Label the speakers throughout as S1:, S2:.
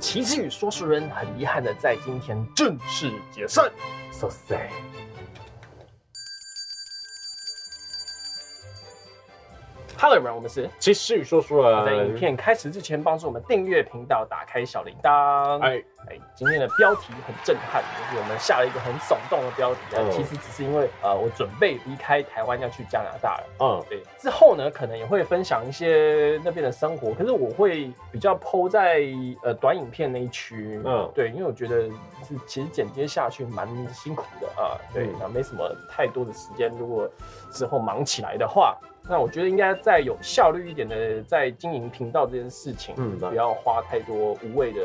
S1: 奇迹与说书人很遗憾的在今天正式解散。So sad。Hello，everyone，我们是
S2: 其实与说啊书人
S1: 在影片开始之前，帮助我们订阅频道，打开小铃铛。哎
S2: 哎，
S1: 今天的标题很震撼，就是我们下了一个很耸动的标题啊。
S2: 嗯
S1: 其实只是因为呃，我准备离开台湾要去加拿大了。
S2: 嗯，
S1: 对，之后呢，可能也会分享一些那边的生活，可是我会比较抛在呃短影片那一区，
S2: 嗯
S1: 对，因为我觉得是其实剪接下去蛮辛苦的啊，对
S2: 嗯，
S1: 那、没什么太多的时间，如果之后忙起来的话，那我觉得应该再有效率一点的在经营频道这件事情，
S2: 嗯
S1: 不要花太多无谓的，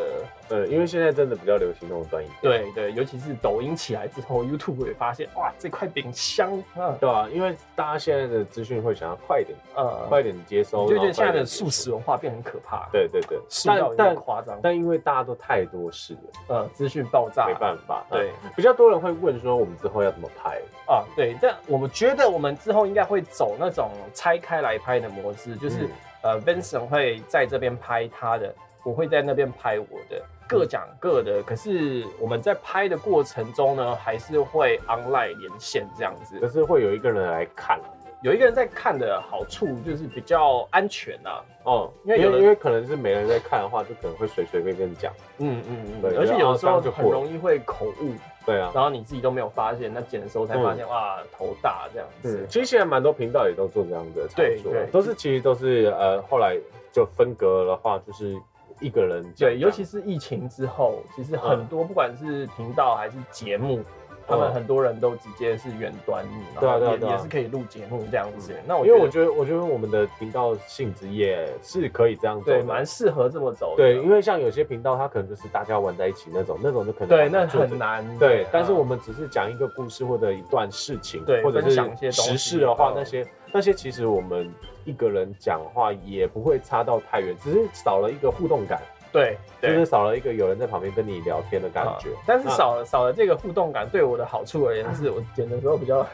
S2: 呃，因为现在真的比较流行那种短影片，
S1: 对对，尤其是抖音起来之后，YouTube 也发现哇这块饼香，嗯
S2: 对啊，因为大家现在的资讯会想要快一点，
S1: 呃，
S2: 快点接收，
S1: 我就觉
S2: 然
S1: 得
S2: 后
S1: 现
S2: 快
S1: 在
S2: 点
S1: 的
S2: 接
S1: 素食文化变很可怕，
S2: 收，对对对，
S1: 塑料有
S2: 但
S1: 点
S2: 但
S1: 夸张，
S2: 但因为大家都太多事了，
S1: 呃，资讯爆炸，
S2: 没办法，
S1: 对
S2: 嗯比较多人会问说我们之后要怎么拍，
S1: 啊，对，但我们觉得我们之后应该会走那种拆开来拍的模式，就是、
S2: 嗯
S1: 呃，Vincent 会在这边拍他的，我会在那边拍我的，各讲各的。可是我们在拍的过程中呢，还是会 online 连线这样
S2: 可
S1: 子。
S2: 是会有一个人来看啊
S1: 有一个人在看的好处就是比较安全啊，
S2: 哦，
S1: 因为
S2: 因
S1: 有人
S2: 为因为可能是没人在看的话，就可能会随随便便讲，
S1: 嗯嗯
S2: 对
S1: 而且有的时候
S2: 然后这样就
S1: 很
S2: 过了
S1: 容易会口误，
S2: 对啊，
S1: 然后你自己都没有发现，那剪的时候才发现、哇头大这样子
S2: 嗯，。其实现在蛮多频道也都做这样的操
S1: 对
S2: 作
S1: 对，
S2: 都是其实都是呃后来就分隔的话，就是一个人讲
S1: 对，尤其是疫情之后，其
S2: 嗯
S1: 实很多不管是频道还是节目，他们很多人都直接是远端，
S2: 嗯对啊
S1: 然后
S2: 对啊
S1: 也
S2: 对啊嗯
S1: 也是可以录节目这样子。那我
S2: 因为我
S1: 觉
S2: 觉得，我觉得我们的频道性质也是可以这样
S1: 得
S2: 做
S1: 对
S2: 的，
S1: 蛮适合这么走的。
S2: 对，因为像有些频道，它可能就是大家玩在一起那种，那种就可能
S1: 对，
S2: 很难
S1: 那
S2: 做
S1: 很
S2: 成。
S1: 难。
S2: 对，但是我
S1: 啊
S2: 们只是讲一个故事或者一段事情，
S1: 对
S2: 或者
S1: 分享一些
S2: 是
S1: 东西
S2: 时事的话
S1: 嗯，
S2: 那些那些其实我们一个人讲话也不会差到太远，只是少了一个互动感，
S1: 对
S2: 就
S1: 对
S2: 是少了一个有人在旁边跟你聊天的感觉嗯
S1: 啊。但是
S2: 那
S1: 少了少了这个互动感，对我的好处而言是，我剪的时候比 较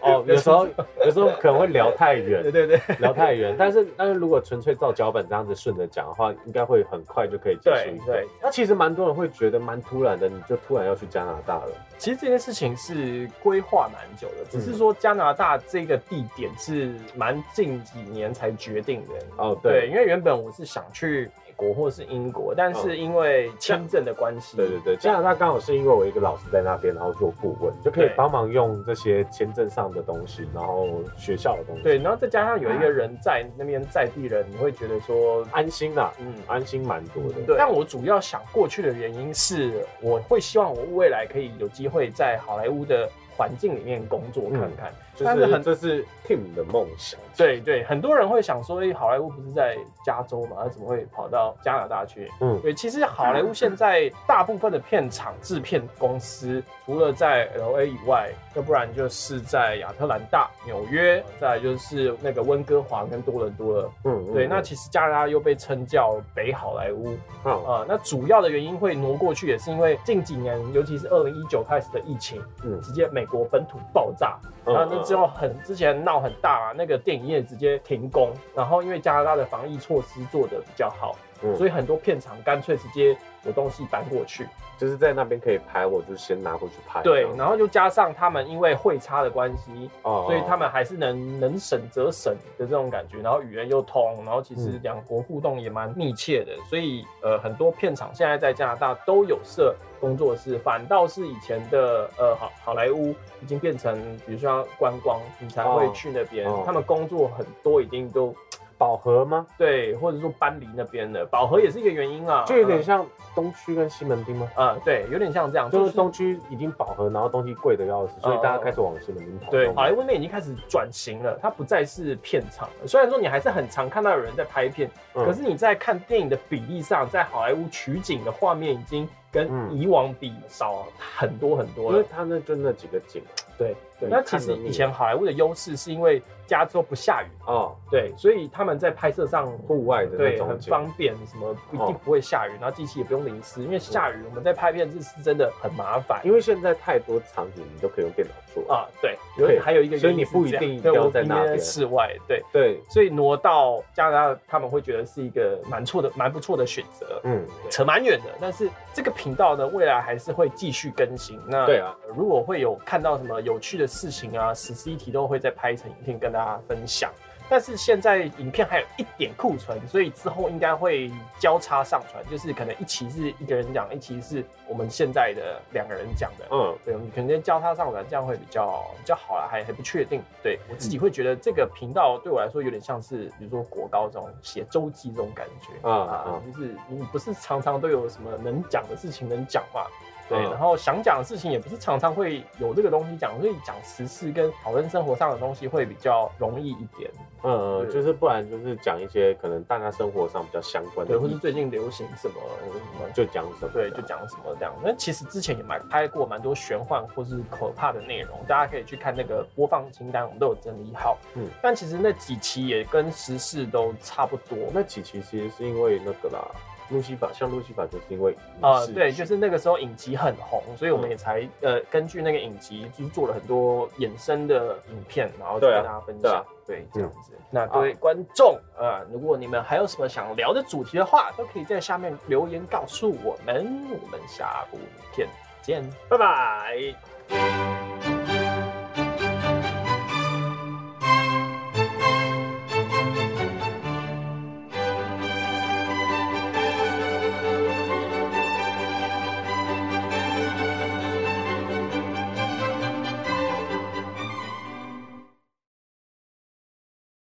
S2: 哦，有时候有时候可能会聊太
S1: 对
S2: 远，
S1: 对对
S2: 聊太远。但是但是如果纯粹照脚本这样子顺着讲的话，应该会很快就可以结束
S1: 对
S2: 一个。
S1: 对。
S2: 那其实蛮多人会觉得蛮突然的，你就突然要去加拿大了。
S1: 其实这件事情是规划蛮久的，只是
S2: 嗯
S1: 说加拿大这个地点是蛮近几年才决定的。
S2: 哦，
S1: 对，因为原本我是想去美国或是英国，但是因为签证的关系，
S2: 嗯对对对，加拿大刚好是因为我一个老师在那边，然后做顾问，就可以
S1: 对
S2: 帮忙用这些签证上的东西，然后学校的东西，
S1: 对，，然后再加上有一个人在那边在地人，你会觉得说，
S2: 安心啦，
S1: 嗯，
S2: 安心蛮多的。
S1: 对。但我主要想过去的原因是，我会希望我未来可以有机会在好莱坞的环境里面工作
S2: 嗯
S1: 看看。但是
S2: 就是
S1: 很
S2: 这是 Tim 的梦想，
S1: 对对，很多人会想说，哎，好莱坞不是在加州嘛，他怎么会跑到加拿大去？
S2: 嗯，
S1: 对，其实好莱坞现在大部分的片场、制片公司，除了在 L A 以外，要不然就是在亚特兰大、纽约，再来就是那个温哥华跟多伦多了。
S2: 嗯，嗯
S1: 对，那
S2: 嗯
S1: 其实加拿大又被称叫北好莱坞
S2: 嗯
S1: 啊、呃那主要的原因会挪过去，也是因为近几年，尤其是二零一九开始的疫情，
S2: 嗯
S1: 直接美国本土爆炸，
S2: 嗯
S1: 然后那之后很之前闹很大嘛，那个电影业直接停工，然后因为加拿大的防疫措施做得比较好，
S2: 嗯
S1: 所以很多片场干脆直接有东西搬过去。
S2: 就是在那边可以拍，我就先拿过去拍。
S1: 对
S2: 这，样
S1: 然后又加上他们因为汇差的关系，
S2: 哦
S1: 所以他们还是能能省则省的这种感觉，然后语言又通，然后其实
S2: 嗯
S1: 两国互动也蛮密切的，所以呃很多片场现在在加拿大都有设工作室，反倒是以前的呃好好莱坞已经变成，比如说要观光你才会
S2: 哦
S1: 去那边，
S2: 哦
S1: 他们工作很多已经都
S2: 饱和吗？
S1: 对，或者说搬离那边了，饱和也是一个原因啊，
S2: 就有点像东区跟西门町吗？
S1: 呃呃对，有点像这样，
S2: 就是东区已经饱和，然后东西贵的要死，所以大家开始往西门町跑。
S1: 嗯对，好莱坞那边已经开始转型了，它不再是片场了。虽然说你还是很常看到有人在拍片，
S2: 嗯
S1: 可是你在看电影的比例上，在好莱坞取景的画面已经跟
S2: 嗯
S1: 以往比少很多很多
S2: 因
S1: 了
S2: 为。它那就那几个景
S1: 对
S2: 对
S1: 那其
S2: 看
S1: 实
S2: 得腻
S1: 以前好莱坞的优势是因为加州不下雨，
S2: 哦，
S1: 对，所以他们在拍摄上
S2: 户外的那
S1: 对
S2: 种
S1: 很
S2: 景，
S1: 方便，什么不一定
S2: 哦
S1: 不会下雨，然后机器也不用淋湿，因为下雨我们在拍片是是真的很麻烦。
S2: 因为现在太多场景你都可以用电脑做啊。
S1: 啊，对，有
S2: 对
S1: 还有一个原因是这样，
S2: 所以你不一定
S1: 对
S2: 要
S1: 我
S2: 在
S1: 一
S2: 那
S1: 定
S2: 边
S1: 室外，对，
S2: 对，
S1: 所以挪到加拿大，他们会觉得是一个蛮错的、蛮不错的选择。
S2: 嗯，
S1: 扯蛮远的，但是这个频道呢，未来还是会继续更新。那
S2: 对啊，
S1: 如果会有看到什么有趣的事情啊，史诗一题都会再拍成影片跟大家分享。但是现在影片还有一点库存，所以之后应该会交叉上传，就是可能一期是一个人讲，一期是我们现在的两个人讲的。
S2: 嗯，
S1: 对，我们可能先交叉上传，这样会比较比较好啦，还还不确定。对我自己会觉得这个频道对我来说有点像是，比如说国高中写周记这种感觉
S2: 啊
S1: 啊
S2: 啊，
S1: 就是你不是常常都有什么能讲的事情能讲嘛。对，
S2: 嗯
S1: 然后想讲的事情也不是常常会有这个东西讲，所以讲时事跟讨论生活上的东西会比较容易一点，
S2: 呃，
S1: 对
S2: 就是不然就是讲一些可能大家生活上比较相关的
S1: 对，或
S2: 议
S1: 是
S2: 题，
S1: 最近流行什么什么
S2: 就讲什么，
S1: 对，就讲什么这样。那其实之前也蛮拍过蛮多玄幻或是可怕的内容，大家可以去看那个播放清单，我们都有整理好。嗯
S2: 嗯，
S1: 但其实那几期也跟时事都差不多。
S2: 那琪琪其实是因为那个啦，路西法，像路西法就是嗯因为
S1: 呃，
S2: 影视
S1: 对，
S2: 剧
S1: 就是那个时候影集很红，所以我们也才、呃根据那个影集就是做了很多衍生的影片，然后就
S2: 对啊
S1: 跟大家分
S2: 对
S1: 享
S2: 啊。
S1: 对，这样子。那各位观众，呃，如果你们还有什么想聊的主题的话，都可以在下面留言告诉我们。我们下部影片见，拜拜。